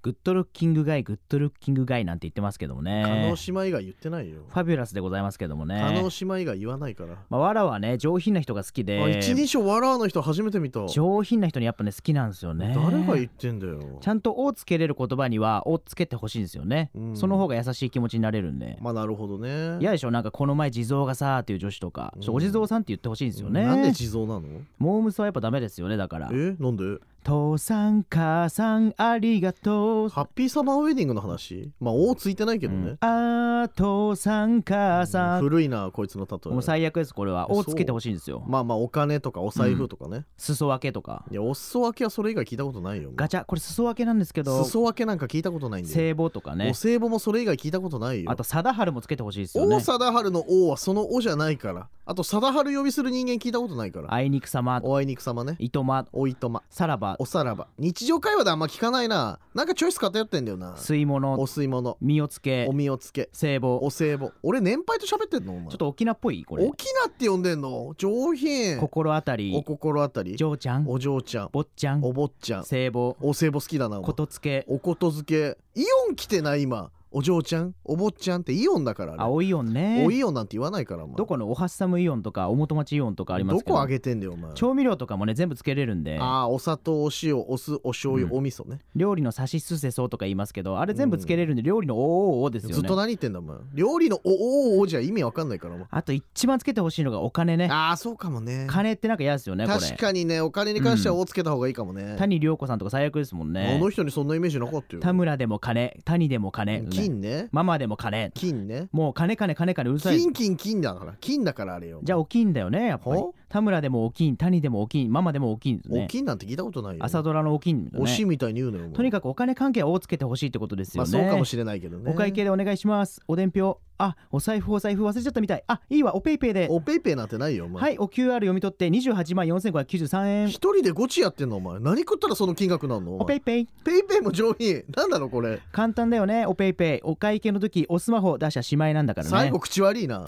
グッドルッキングガイグッドルッキングガイなんて言ってますけども叶ね姉妹以外言ってないよファビュラスでございますけども叶姉ね、妹以外言わないから、まあ、わらはね上品な人が好きあで一人称わらの人初めて見た、上品な人にやっぱね好きなんですよね誰が言ってんだよちゃんと「を」つけれる言葉には「を」つけてほしいんですよね、うんその方が優しい気持ちになれるんでまあなるほどね嫌でしょなんかこの前地蔵がさーっていう女子とか、ちょうんお地蔵さんって言ってほしいんですよね、なんで地蔵なのモームスはやっぱダメですよねだからえなんで父さん母さんありがとうハッピーサマーウェディングの話まあ「お」ついてないけどうねん、あー父さん母さん、古いなこいつの例えもう最悪ですこれは「えを」つけてほしいんですよまあまあお金とかお財布とかね、裾分けとかいやお裾分けはそれ以外聞いたことないよもうガチャこれ裾分けなんですけど裾分けなんか聞いたことないんだよ、聖母とかおね歳暮もそれ以外聞いたことないよあと貞治もつけてほしいですよ王ね貞治の王はその王じゃないからあと貞治呼びする人間聞いたことないからあいにくさまおあいにく様ねいとまおいとまさらばおさらば日常会話であんま聞かないななんかチョイス偏ってんだよな吸いお物吸い物身をつけお身をつけ聖母お歳暮俺年配と喋ってんのお前ちょっと沖縄っぽいこれ沖縄って呼んでんの上品心当たりお心当たり嬢ちゃんお嬢ちゃん坊ちゃんお坊ちゃん聖母お歳暮好きだなお前ことつけおことづけイオン来てない今お嬢ちゃんお坊ちゃんってイオンだからあれ青イオンねおイオンなんて言わないからお前どこのおはっさむイオンとかお元町イオンとかありますどけどこあげてんだよお前調味料とかもね全部つけれるんでああお砂糖お塩お酢お醤油、うんお味噌ね料理のさしすせそとか言いますけどあれ全部つけれるんで料理のおおおですよずっとね何言ってんだお前料理のおおおおじゃ意味わかんないからお前あと一番つけてほしいのがお金ねああそうかもね金ってなんか嫌ですよねこ確れかにねお金に関してはおつけた方がいいかもね、谷涼子さんとか最悪ですもんあねの人にそんなイメージなかったよ田村でも金谷でも金金ねママでも金金ねもう金金金金うるさい金金金だから金だからあれよじゃあお金だよねやっぱりほ田村でもお金谷でもお金ママでもお金ですおね金なんて聞いたことないよ朝ドラのお金みたいな推ねしみたいに言うのよお前とにかくお金関係はをつけてほしいってことですまよあね。そうかもしれないけどねお会計でお願いします。お伝票。あ、お財布お財布忘れちゃったみたい。あ、いいわ、おペイペイで。おペイペイなんてないよお前、はい、お QR 読み取って28万4593円一。人でゴチやってんのお前何食ったらその金額なんのおお前ペイペイ。ペイペイも上品なんだろうこれ簡単だよね、おペイペイ。お会計の時、おスマホ出しゃしまいなんだから最ね後。口悪いな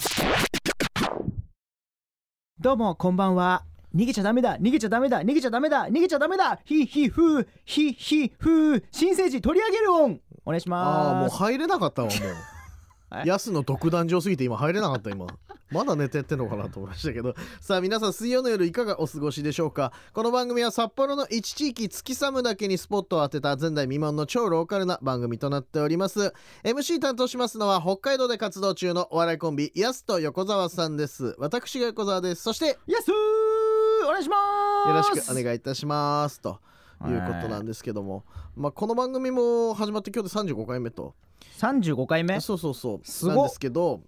どうも、こんばんは。逃げちゃダメだ、逃げちゃダメだ、逃げちゃダメだ、逃げちゃダメだ。ひひふー、ひひふー。新生児取り上げる音。お願いしああもまうす。入れなかったわもはうい安の独壇場すぎて今入れなかった今まだ寝てってんのかなと思いましたけどさあ皆さん水曜の夜いかがお過ごしでしょうかこの番組は札幌の一地域月寒だけにスポットを当てた前代未聞の超ローカルな番組となっております MC 担当しますのは北海道で活動中のお笑いコンビ安と横澤さんです私が横澤ですそしてよやすーお願いします。ろしくお願いいたしますということなんで。ですけども、まあ、この番組も始まって今日で35回目と35回目そうそうそうすごっなんですけど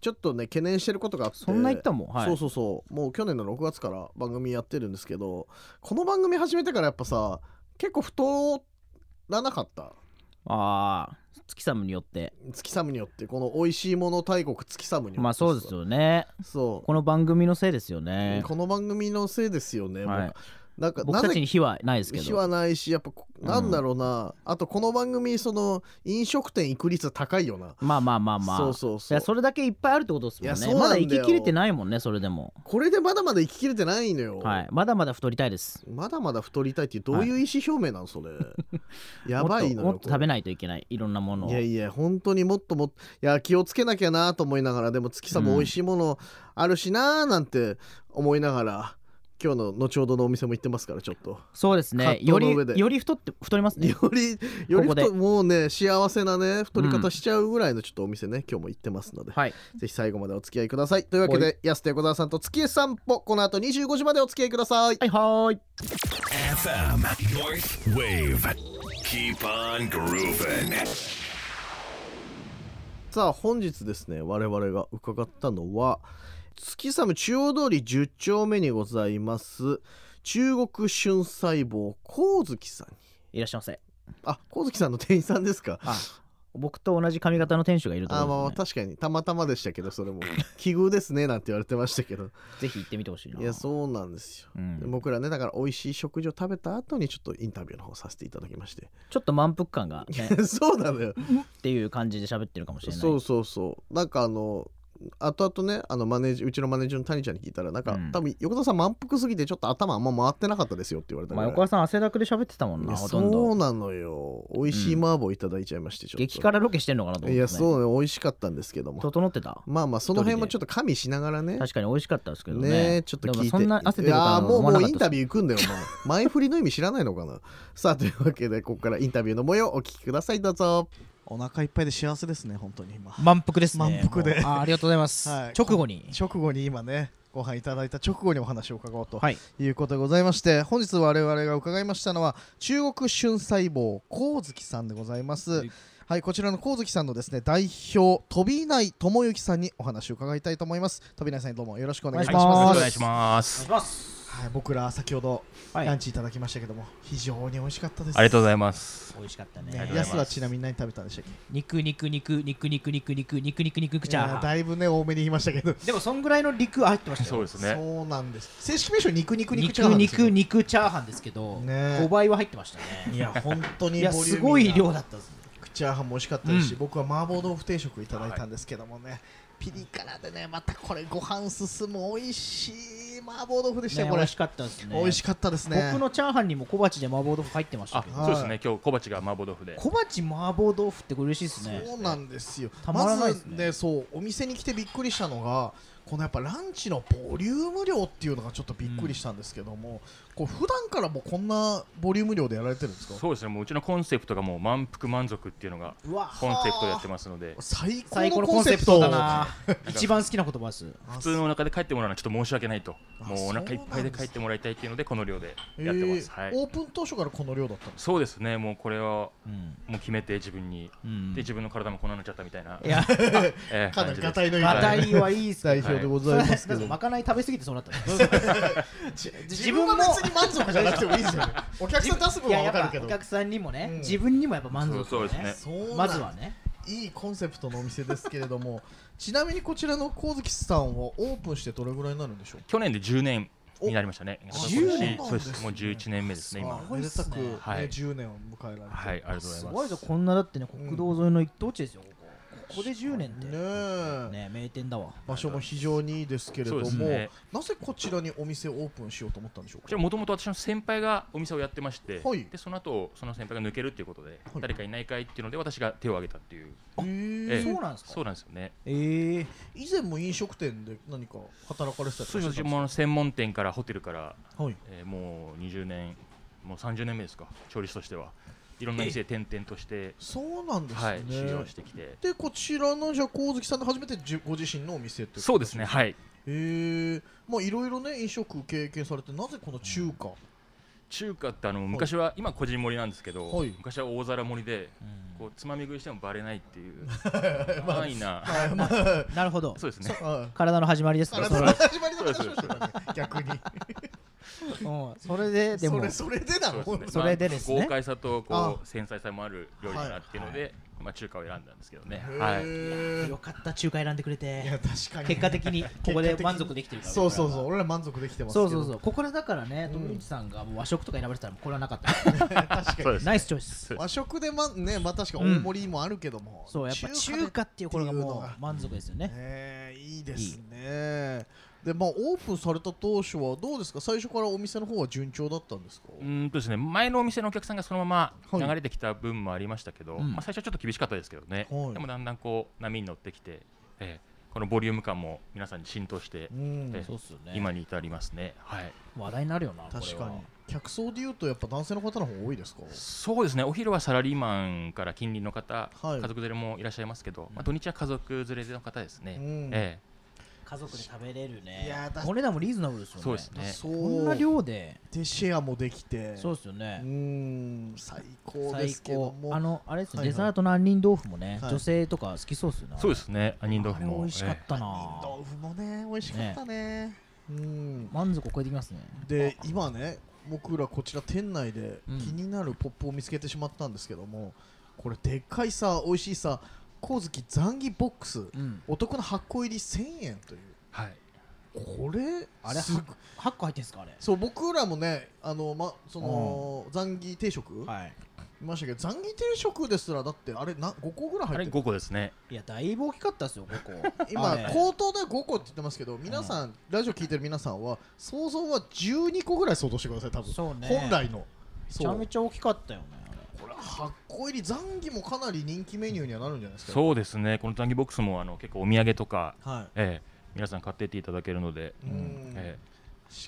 ちょっとね懸念してることがあってそんな言ったもん。はい。そうそうそうもう去年の6月から番組やってるんですけどこの番組始めてからやっぱさ結構太らなかったああ月寒によって月寒によってこの美味しいもの大国月寒によってまあそうですよねそうこの番組のせいですよねこの番組のせいですよね、はもいうなんか僕たなちぜに火はないですけ日どはないしやっぱこなんだろうな、あとこの番組その飲食店行く率高いよな、まあまあまあまあそうそういそうやそれだけいっぱいあるってことですもんいねやそうなんまだだよ生ききれてないもんねそれでもこれでまだまだ生ききれてないのよ、はいまだまだ太りたいですまだまだ太りたいってどういう意思表明なんそれ、やばいのよもっともっと食べなないといけないいろんなものをいやいや本当にもっともっといや気をつけなきゃなと思いながらでも月さも美味しいものあるしななんて思いながら今日の後ほどのお店も行ってますからちょっとそうですね葛よ藤のり上でより太って太りますねよりよこりこで太もうね幸せなね太り方しちゃうぐらいのちょっとお店ね、今日も行ってますので、はいぜひ最後までお付き合いくださいというわけで安手小沢さんと月へ散歩この後25時までお付き合いくださいはいはーい FM North Wave. Keep on grooving. さあ本日ですね我々が伺ったのは月寒中央通り10丁目にございます中国春細胞光月さんにいらっしゃいませあ光月さんの店員さんですかあ僕と同じ髪型の店主がいるとこあまあまろあですね確かにたまたまでしたけどそれも奇遇ですねなんて言われてましたけどぜひ行ってみてほしいないやそうなんですようん僕らねだから美味しい食事を食べた後にちょっとインタビューの方させていただきまして ちょっと満腹感がねそうなのよっていう感じで喋ってるかもしれないそうそうそうなんかあの後々ねあのマネージうちのマネージャーの谷ちゃんに聞いたらなんか、うん多分横田さん満腹すぎてちょっと頭あんま回ってなかったですよって言われたまあ、ら横田さん汗だくで喋ってたもんいなやほとんどそうなのよ美味しい麻婆いただいちゃいましてちょっと激辛ロケしてんのかなと思って、ね、いやそうね美味しかったんですけども整ってたまあまあその辺もちょっと加味しながらね確かに美味しかったですけどねねえちょっと聞いてでもそんな汗出いるやかーなもうもうインタュービュー行くんだよお前前振りの意味知らないのかなさあというわけでここからインタビューの模様をお聞きくださいどうぞお腹いっぱいで幸せですね本当に今満腹ですね満腹でもうあーありがとうございます、はい直後に直後に今ねご飯いただいた直後にお話を伺おうとはいいうことでございまして本日我々が伺いましたのは中国春細胞光月さんでございます、ははいいこちらの光月さんのですね代表飛びない智之さんにお話を伺いたいと思います飛びないさんどうもよろしくお願いいたします、おは願いいししますお願いします僕ら先ほどはいランチいただきましたけども、非常に美味しかったですありがとうごいざいます。美味しかったねありがとうごやざいますすはちなみに何食べたんでしたっけ肉肉肉肉肉肉肉肉肉肉肉チャーいやハだいぶね多めに言いましたけどンでもそんぐらいの肉入ってましたそうよですね。そうなんです正式名称肉肉肉チャー肉ハンですよ肉肉チャーハンですけど、ね5倍は入ってましたねいや本当にいやボリューミーなすごい量だったですねチャーハンも美味しかったですし、うん僕は麻婆豆腐定食いただいたんですけどもね、ピリ辛でねまたこれご飯進む美味しい麻婆豆腐でしたよ、ねこ美れ味しかったですね美味しかったですね僕のチャーハンにも小鉢で麻婆豆腐入ってましたあけ、どはいそうですね。今日小鉢が麻婆豆腐で。小鉢麻婆豆腐ってこれ嬉しいですねそうなんですよ、たままらないでずすねねそうお店に来てびっくりしたのがこのやっぱランチのボリューム量っていうのがちょっとびっくりしたんですけども、こう普段からもうこんなボリューム量でやられてるんですかそうですね。もううちのコンセプトがもう満腹満足っていうのがうわコンセプトでやってますので、最最高高ののココンンセセププトトだな一番好きな言葉です普普通のお腹で帰ってもらうのはちょっと申し訳ないと。あもうお腹いっぱいで帰ってもらいたいっていうのでこの量でやってます。はい。オープン当初からこの量だったんですそうですね。もうこれをうんもう決めて自分に。うんで自分の体もこんなになっちゃったみたい な。いやえーかな感りじがでたいのいい話題はいいっすけ代ど表でございますけそどれまかない食べ過ぎてそうなったの自分は別に満足じゃなくてもいいですよね お客さん出す分いはや分やっかるぱけどお客さんにもねうん自分にもやっぱ満足そうそうですねそうまずはねいいコンセプトのお店ですけれども ちなみにこちらの光月さんはオープンしてどれぐらいになるんでしょう去年で10年になりましたね。 10年そうです。もう11年目ですねさ今。あめでたく、ねはい10年を迎えられて、はい、ありがとうございすます。ごいぞこんなだってね国道沿いの一等地ですよここここで10年ってねえね名店だわ場所も非常にいいですけれども、そうですねなぜこちらにお店をオープンしようと思ったんでしょうこちらかもともと私の先輩がお店をやってまして、はいでその後その先輩が抜けるっていうことで、誰かいないかいっていうので私が手を挙げたっていう、へえええそうなんですかそうなんですよねええ以前も飲食店で何か働かれてたりそうです私もあの専門店からホテルから、はいえーもう20年もう30年目ですか調理師としてはいろんな店転々として、そうなんですね、はい、修行してきてでこちらのじゃあ光月さんで初めてじご自身のお店っていそうですねいはいへえまあいろいろね飲食経験されてなぜこの中 華、中華ってあの昔は、今個人盛りなんですけど、はい昔は大皿盛りでこうつまみ食いしてもバレないっていう安易な、なるほど そうですねあ体の始まりですね体それの始まりの話そうでをしすてたね逆にうんそれででそもれそれでなのそうですそれでですねまあ豪快さとこあう繊細さもある料理だなっていうので、まあ、中華を選んだんですけどね、はへい、えよかった中華選んでくれいやて確かに結果的にここで満足できてるからそうそうそうう俺ら満足できてますけそどうそうそううここでだからねうん徳光さんがもう和食とか選ばれてたらこれはなか った確かにナイスチョイス和食でまねまあ確か大盛りもあるけども、そうやっぱで中華っていうこれがっていうのもがう満足ですよねえーいいですねでまあオープンされた当初はどうですか最初からお店の方は順調だったんですか、うーんとですね前のお店のお客さんがそのまはまい流れてきた分もありましたけど、うんまあ、最初はちょっと厳しかったですけどね、はいでもだんだんこう波に乗ってきて、えーこのボリューム感も皆さんに浸透して、うんえーそうっすよね今に至りますね、はい、話題になるよな確これかはに客層でいうとやっぱ男性の方の方多いですかそうですねお昼はサラリーマンから近隣の方、はい家族連れもいらっしゃいますけど、まあ、土日は家族連れの方ですね、うんえ家族で食べれるねいやだお値段もリーズナブルですよねーそうですねそこんなう量ででシェアもできてそうですようねん最高で最すけど高もあのあれですねはいはいデザートの杏仁豆腐もねはい女性とか好きそうっすよねそうですね杏仁豆あ腐れ美も味しかっえた杏仁な豆腐もね美味しかったねうん満足を超えてきますねで今ね僕らこちら店内でうん気になるポップを見つけてしまったんですけども、これでっかいさ美味しいさ光月ザンギボックス、うんお得な8個入り1000円というーはいこれあれすご8個入ってんすかあれそう僕らもねあの、ま、そのザンギ定食、はいいましたけど残儀定食ですらだってあれな5個ぐらい入あってれる5個ですねいやだいぶ大きかったですよここ 今あれ口頭で5個って言ってますけど皆さんラジオ聞いてる皆さんは想像は12個ぐらい想像してください多分そうね本来のめちゃそうめちゃ大きかったよねこれ8個入り残儀もかなり人気メニューにはなるんじゃないですかそうですねこの残機ボックスもあの結構お土産とか、はええ、皆さん買ってっていただけるので、いうんえ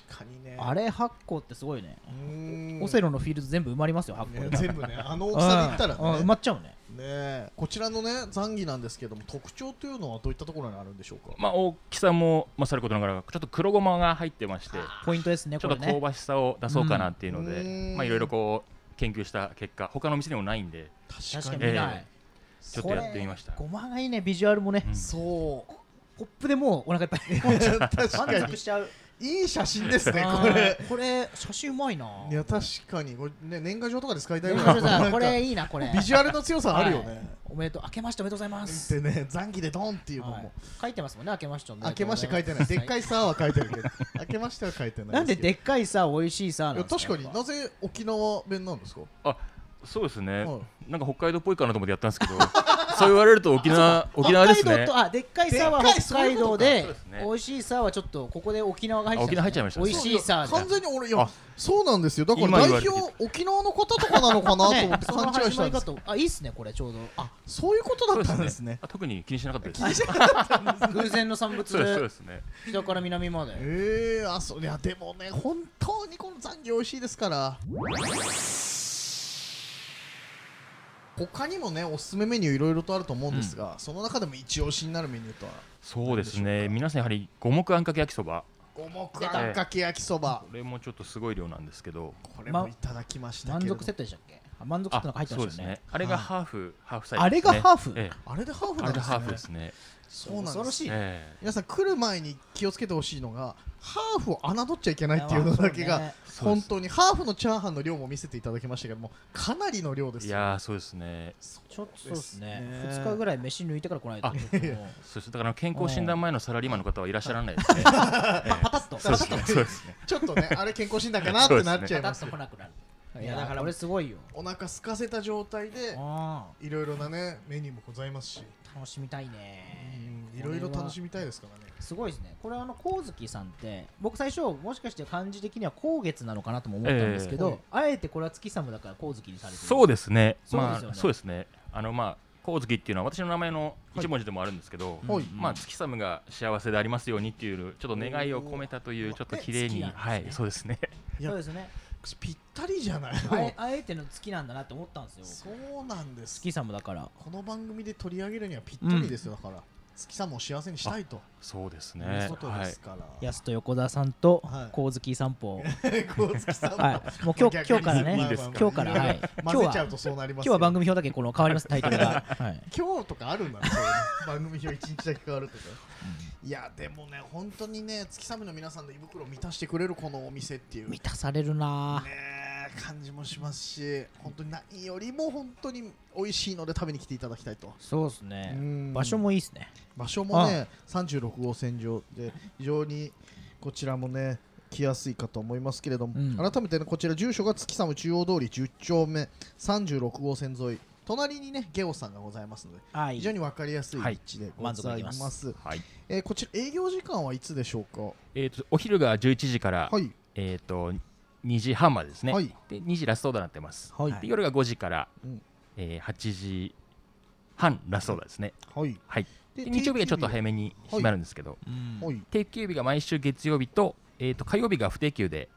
確かにねあれ8個ってすごいねうんオセロのフィールド全部埋まりますよ8個ねで全部ねあの大きさで言ったらうんうんね埋まっちゃうねねえこちらのね残儀なんですけども特徴というのはどういったところにあるんでしょうかえまあ、大きさも、まあ、さることながらちょっと黒ごまが入ってましてポイントですねちこょっれと香ねばしさを出そうかなっていうので、うんまあいろいろこう研究した結果他のお店にもないんで確かにええ見ないちょっとやってみましたこれごまがいいねビジュアルもねうんそうポップでもうお腹いっ ぱい確満か足にしちゃういい写真ですねあこれーこれ写真うまいないや確かにこれね年賀状とかで使いたいでぐもらいさなんこかれいいなこれビジュアルの強さあるよはねおめでとう明けましておめでとうございますでね残儀でドンっていうのはいも書いてますもんね明けましておめでとうご開ざけいまましすて書いてないでっかいさは書いてるけど開けましては書いてないなんですけどでっかいさ美味しいさいや確かになぜ沖縄弁なんですかそうですね、はなんか北海道っぽいかなと思ってやったんですけど そう言われると沖縄沖縄です北海ね道とあでっかいさはでっかい北海道そでういうことかそうですね美味しいさはちょっとここで沖縄が入っちゃいましたねあ沖縄入っちゃいましたね美味しいさ完全に俺いやあそうなんですよだから今代言われ表てきた沖縄の方とかなのかなと思ってその勘違い始したまんりでかすとあいいっすねこれちょうどあそういうことだったんですねあ特に気にしなかったです偶然の産物そうですそうでですね北から南までええー、あそりゃでもね本当にこの残業美味しいですから他にもねおすすめメニューいろいろとあると思うんですが、その中でも一押しになるメニューとはそうですね皆さんやはり五目あんかけ焼きそば五目あんかけ焼きそばこれもちょっとすごい量なんですけどこれもいただきました満けれども、足セットでしたっけあ満足セットなんか入ってまそうでしすたよねねあれがハーフ、ハーフサイズあれがハーフええあれでハーフなあんれでがすハねーフですねそうなんです恐ろしいええ皆さん来る前に気をつけてほしいのがハーフを侮っちゃいけないっていうのだいけやまがあそう本です当にハーフのチャーハンの量も見せていただきましたけどもかなりの量ですいよやーそうですねちょっとそうですねそうですね2日ぐらい飯抜いてから来ないとあちょっともうそしてだから健康診断前のサラリーマンの方はいらっしゃらないですねパパタッとそうですねそうですね ちょっとねあれ健康診断かなってなっちゃパタいまッすと来なくなるいやいやだから俺すごいよお腹空かせた状態であいろいろなねメニューもございますしー楽しみたいねいろいろ楽しみみたいですからねすごいですねこれあの光月さんって僕最初もしかして漢字的には光月なのかなとも思ったんですけど、あえてこれは月様だから光月にされてる そうですね。そうでますよねあ、そうですね。あの、まあ、光月っていうのは私の名前の一文字でもあるんですけど。はいまあ、月様が幸せでありますようにっていう、ちょっと願いを込めたという、ちょっと綺麗に、おーはい、そうですね。いそうやですねぴったりじゃないあえあえての月なんだなって思ったんですそようなんです月様だからこの番組で取り上げるにはぴったりですよだから月さんも幸せにしたいとそうで すいねうこ。とはでいす。 から安と横田さんとはい光月散歩、 光月さんもはいもう今日今日からねまあまあまあいいですか今日からはい 混ぜちゃうとそうなり今ます日よは番組表だけこの変わりますタイトル が、はい、今日とかあるんだねそういうの番組表一日だけ変わるとか、いやでもね本当にね月寒の皆さんの胃袋を満たしてくれるこのお店っていうね満たされるなぁえ感じもしますし本当に何よりも本当に美味しいので食べに来ていただきたいとそうですねうん場所もいいですね場所もね36号線上で非常にこちらもね来やすいかと思いますけれども、うん改めてねこちら住所が月寒中央通り10丁目36号線沿い隣にねゲオさんがございますのでは非常に分かりやすい位置でござ満足いでまきす,、まはい。えーこちら営業時間はいつでしょうかえっと、お昼が11時から、はいえっと、2時半までですね。はいで、2時ラストオーダーになってます。はいで夜が5時からうん、えー8時半ラストオーダーですね。はいはい。でで日曜日はちょっと早めめに閉まるんですけど、はい定休日が毎週月曜日と,、えー、と火曜日が不定休で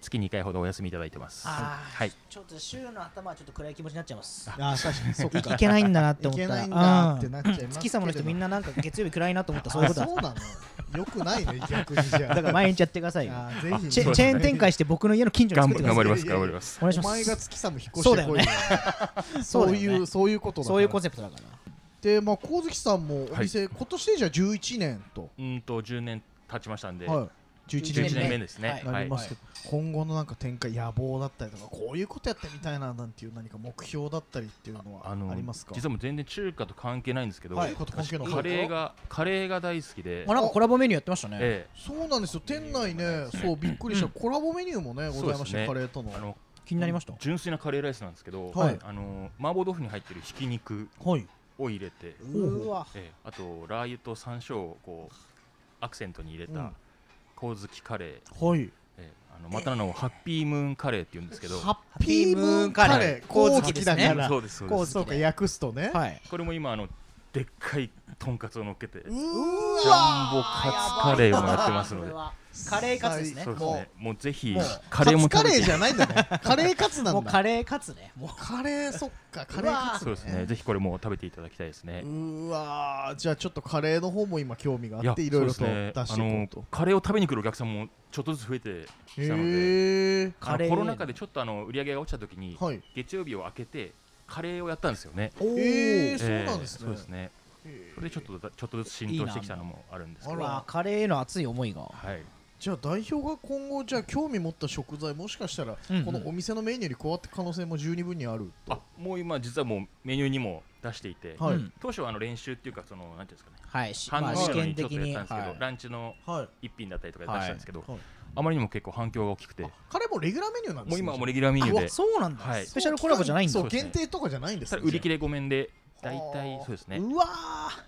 月2回ほどお休みいただいてます。あーはい、ちょっと週の頭はちょっと暗い気持ちになっちゃいますあー確 かにそっいかけないんだなってい思ったけないんだってうんなっちゃいますけれど月様の人みんななんか月曜日暗いなと思ったあそういうことだそうなのよくないね逆にじゃだあから毎日やってくださいよあーぜひねチェチェーン展開して僕の家の近所に頑作っ張てください頑張ります頑張ります。お願いしおます前が月さんも引っ越してこいよそうだ そうよねいうそういうことだからそういうコンセプトだからでまあ光月さんもお店、今年でじゃあ11年と、うんと10年経ちましたんで、はい、11 11年年目目ですね。なりまはすけいど、今後のなんか展開野望だったりとかこういうことやってみたいななんていう何か目標だったりっていうのはあのありますか実はもう全然中華と関係ないんですけど、はい中華と関係ないカレーがカレーが大好きで、あなんかコラボメニューやってましたね、えそうなんですよ店内ねそうびっくりしたコラボメニューもねえございましそうですたねカレーとのあの気になりました純粋なカレーライスなんですけど、はいあの麻婆豆腐に入ってるひき肉はいを入れて、うわええあとラー油と山椒をこうアクセントに入れうたん香月カレー、はいええあのまた名をハッピームーンカレーって言うんですけど、ハッピームーンカレーハ好ッピームーンカレーきだーかンら そうですそうです。そうか訳すとねはいこれも今あのでっかいとんかつを乗っけて、うジャンボカツカレーもやってますので、カレーカツですねそうですもね。もうぜひもうカレーもカ食ツカレーべてじ、ゃないんだねカレーカツなもうんカだレーカツねもうカレーそっかカレーカツそうですね。ぜひこれも食べていただきたいですねう。ーわーじゃあちょっとカレーの方も今興味がいあやっていろいろとそうで出しすねていこうあとのカレーを食べに来るお客さんもちょっとずつ増えてきたので、へえあのカレーコロナ禍でちょっとあの売り上げが落ちた時に、はい月曜日を開けてカレーをやったんですよね。おえー、そうなんですえーそうねですね。へーそれでちょっとだちょっとずつ浸透してきたのもあるんですけあど、らうわカレーへの熱い思いがはい。じゃあ代表が今後じゃあ興味持った食材もしかしたらうんうんこのお店のメニューに加わって可能性も十二分にあるとあもう今実はもうメニューにも出していて、はいうん当初はあの練習っていうかそのなんていうんですかね。はいし反ま応あ見試るの験にちょっ的とやっにたんですけど、はいランチのはい一品だったりとかで出したんですけど、はいあまりにも結構反響が大きくて、あカレーもレギュラーメニューなんでもすうね今はもうレギュラーメニューあで、そうなんだはいスペシャルコラボじゃないんだそう限定とかじゃないんですたねだ売り切れごめんで、大体はあそうですね、うわ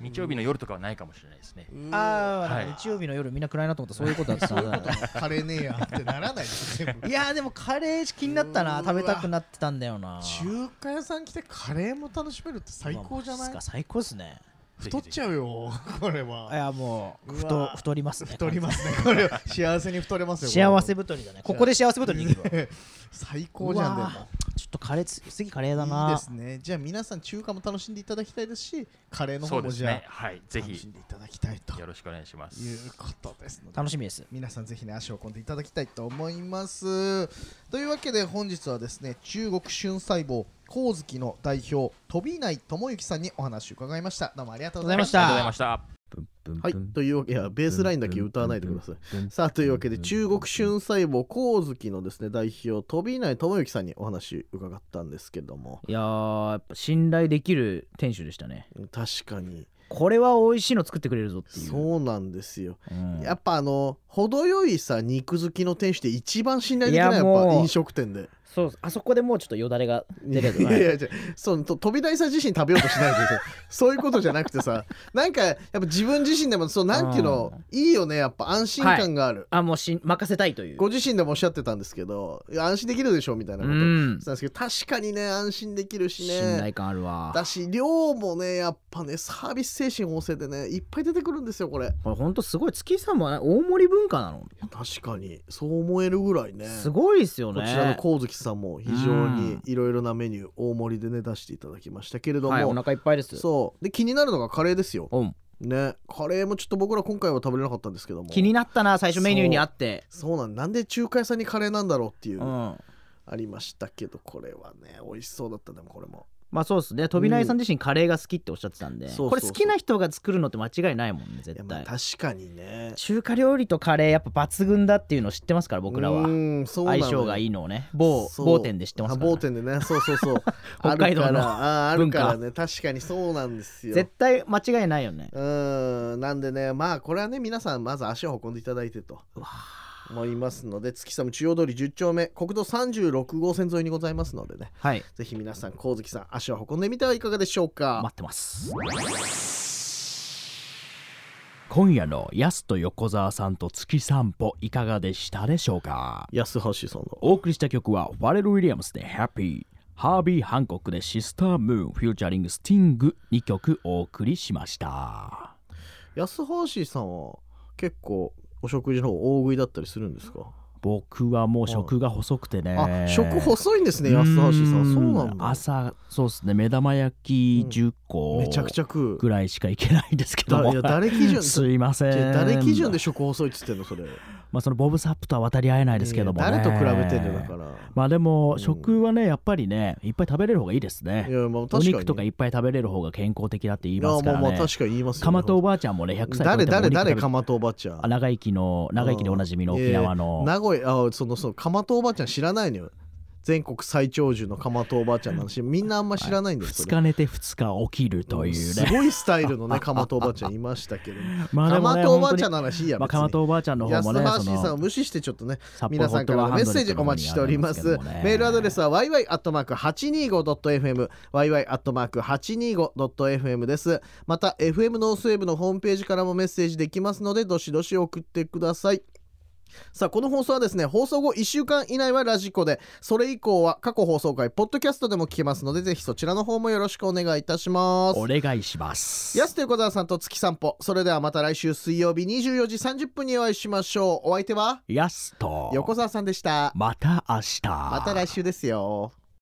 日曜日の夜とかはないかもしれないですね。ーあはいー日曜日の夜みんな暗いなと思ったらそういうことだ ったんだカレーねえやってならないですよ全 部いやーでもカレー気になったなうーわ食べたくなってたんだよな中華屋さん来てカレーも楽しめるって最高じゃなまあまあいっすか最高っすね太っちゃうよ これいはやもううわ太太りますね太りますねこれは幸せに太れますよ 幸せ太りだねここで幸せ太りにきる わ最高じゃんでもうわちょっとカレーつ次カレーだいいなですねじゃあ皆さん中華も楽しんでいただきたいですしカレーのそ方うもですじゃあ、ね。はい、ぜ楽しひんでいただきたいといよろしくお願いします。うことですので楽しみです皆さんぜひね足を運んでいただきたいと思いますというわけで本日はですね中国春細胞光月の代表飛内智之さんにお話を伺いましたどうもありがとうございましたありがとうございました。はい、というわけいやベースラインだけ歌わないでください。さあというわけで中国春細胞光月のですね代表飛内智之さんにお話伺ったんですけどもいやーやっぱ信頼できる店主でしたね確かにこれは美味しいの作ってくれるぞっていうそうなんですよ。うんやっぱあの程よいさ肉好きの店主で一番信頼できないいややっもぱう飲食店で。そうあそこでもうちょっとよだれが出るやつ いやいや違うそうと飛び台さん自身食べようとしないでさそういうことじゃなくてさ なんかやっぱ自分自身でもそうなんていうのいいよねやっぱ安心感がある、あもうし任せたいというご自身でもおっしゃってたんですけどいや安心できるでしょみたいなうこと言ってんたんですけど確かにね安心できるし信ね頼感あるわだし量もねやっぱねサービス精神旺盛でねいっぱい出てくるんですよこれこれほんとすごい月さんも大盛り文化なの確かにそう思えるぐらいねすごいですよこちらのね光月さんも非常にいろいろなメニュー大盛りでね出していただきましたけれども、はいお腹いっぱいですそうで気になるのがカレーですようんねカレーもちょっと僕ら今回は食べれなかったんですけども気になったな最初メニューにあってそうなんなんで中華屋さんにカレーなんだろうっていう、うんありましたけどこれはね美味しそうだったねこれもまあそうですね飛内さん自身カレーが好きっておっしゃってたんで、そうそうそうこれ好きな人が作るのって間違いないもんねいや絶まあ対確かにね中華料理とカレーやっぱ抜群だっていうのを知ってますから僕らはうんそうなのよ相性がいいのをね某そう某店で知ってますあから、某店でねそうそうそう 北海あ道のるからあある文か化らね確かにそうなんですよ絶対間違いないよねうーんなんでねまあこれはね皆さんまず足を運んでいただいてと思いますので月寒中央通り10丁目国道36号線沿いにございますのでねはいぜひ皆さん光月さん足を運んでみてはいかがでしょうか、待ってます今夜のヤスと横澤さんと月散歩いかがでしたでしょうか安橋さんのお送りした曲はファレル・ウィリアムスで Happy ハービー・ハンコックでシスター・ムーンフューチャリング・スティング2曲お送りしました安橋さんは結構お食事の方大食いだったりするんですか、僕はもう食が細くてね、あ食細いんですねう安ん橋さんそうなんだ朝そうですね目玉焼き10個めちゃくちゃ食うぐらいしかいけないんですけどだもいや誰基準 すいませじゃあん誰基準で食細いっつってんのそれまあ、そのボブ・サップとは渡り合えないですけども、ねいや誰と比べてんのだからまあでんも食はねやっぱりねいっぱい食べれる方がいいですいねやまあ確かおに肉とかいっぱい食べれる方が健康的だって言いいやますかまらあまねあ確かに言いますよ、かまとおばあちゃんもね100誰歳超えてもお誰肉食べ誰てかまとおばあちゃんあ長生きの長生きでおなじみの沖縄のえー名古屋あそのそのかまとおばあちゃん知らないのよ全国最長寿の釜とおばあちゃんなんしみんなあんま知らないんです2けど、日寝て2日起きるというすね。ごいスタイルの ね釜とおばあちゃんいましたけどまあでも釜ねとおばあちゃんの本話いい当やにまあ、かまとおばあちゃんの方安も田ね、ハーシそーさんをの無視してちょっとね札幌皆ホさッんかトらワのハメッンドセージお待ちしておりますということになりますけどもねメールアドレスは yy.825.fm yy.825.fm ですまた FM ノースウェーブのホームページからもメッセージできますのでどしどし送ってくださいさあこの放送はですね放送後1週間以内はラジコでそれ以降は過去放送回ポッドキャストでも聞けますのでぜひそちらの方もよろしくお願いいたしますお願いします。安手小沢さんと月散歩それではまた来週水曜日24時30分にお会いしましょうお相手はやすと、横澤さんでしたまた明日。また来週ですよ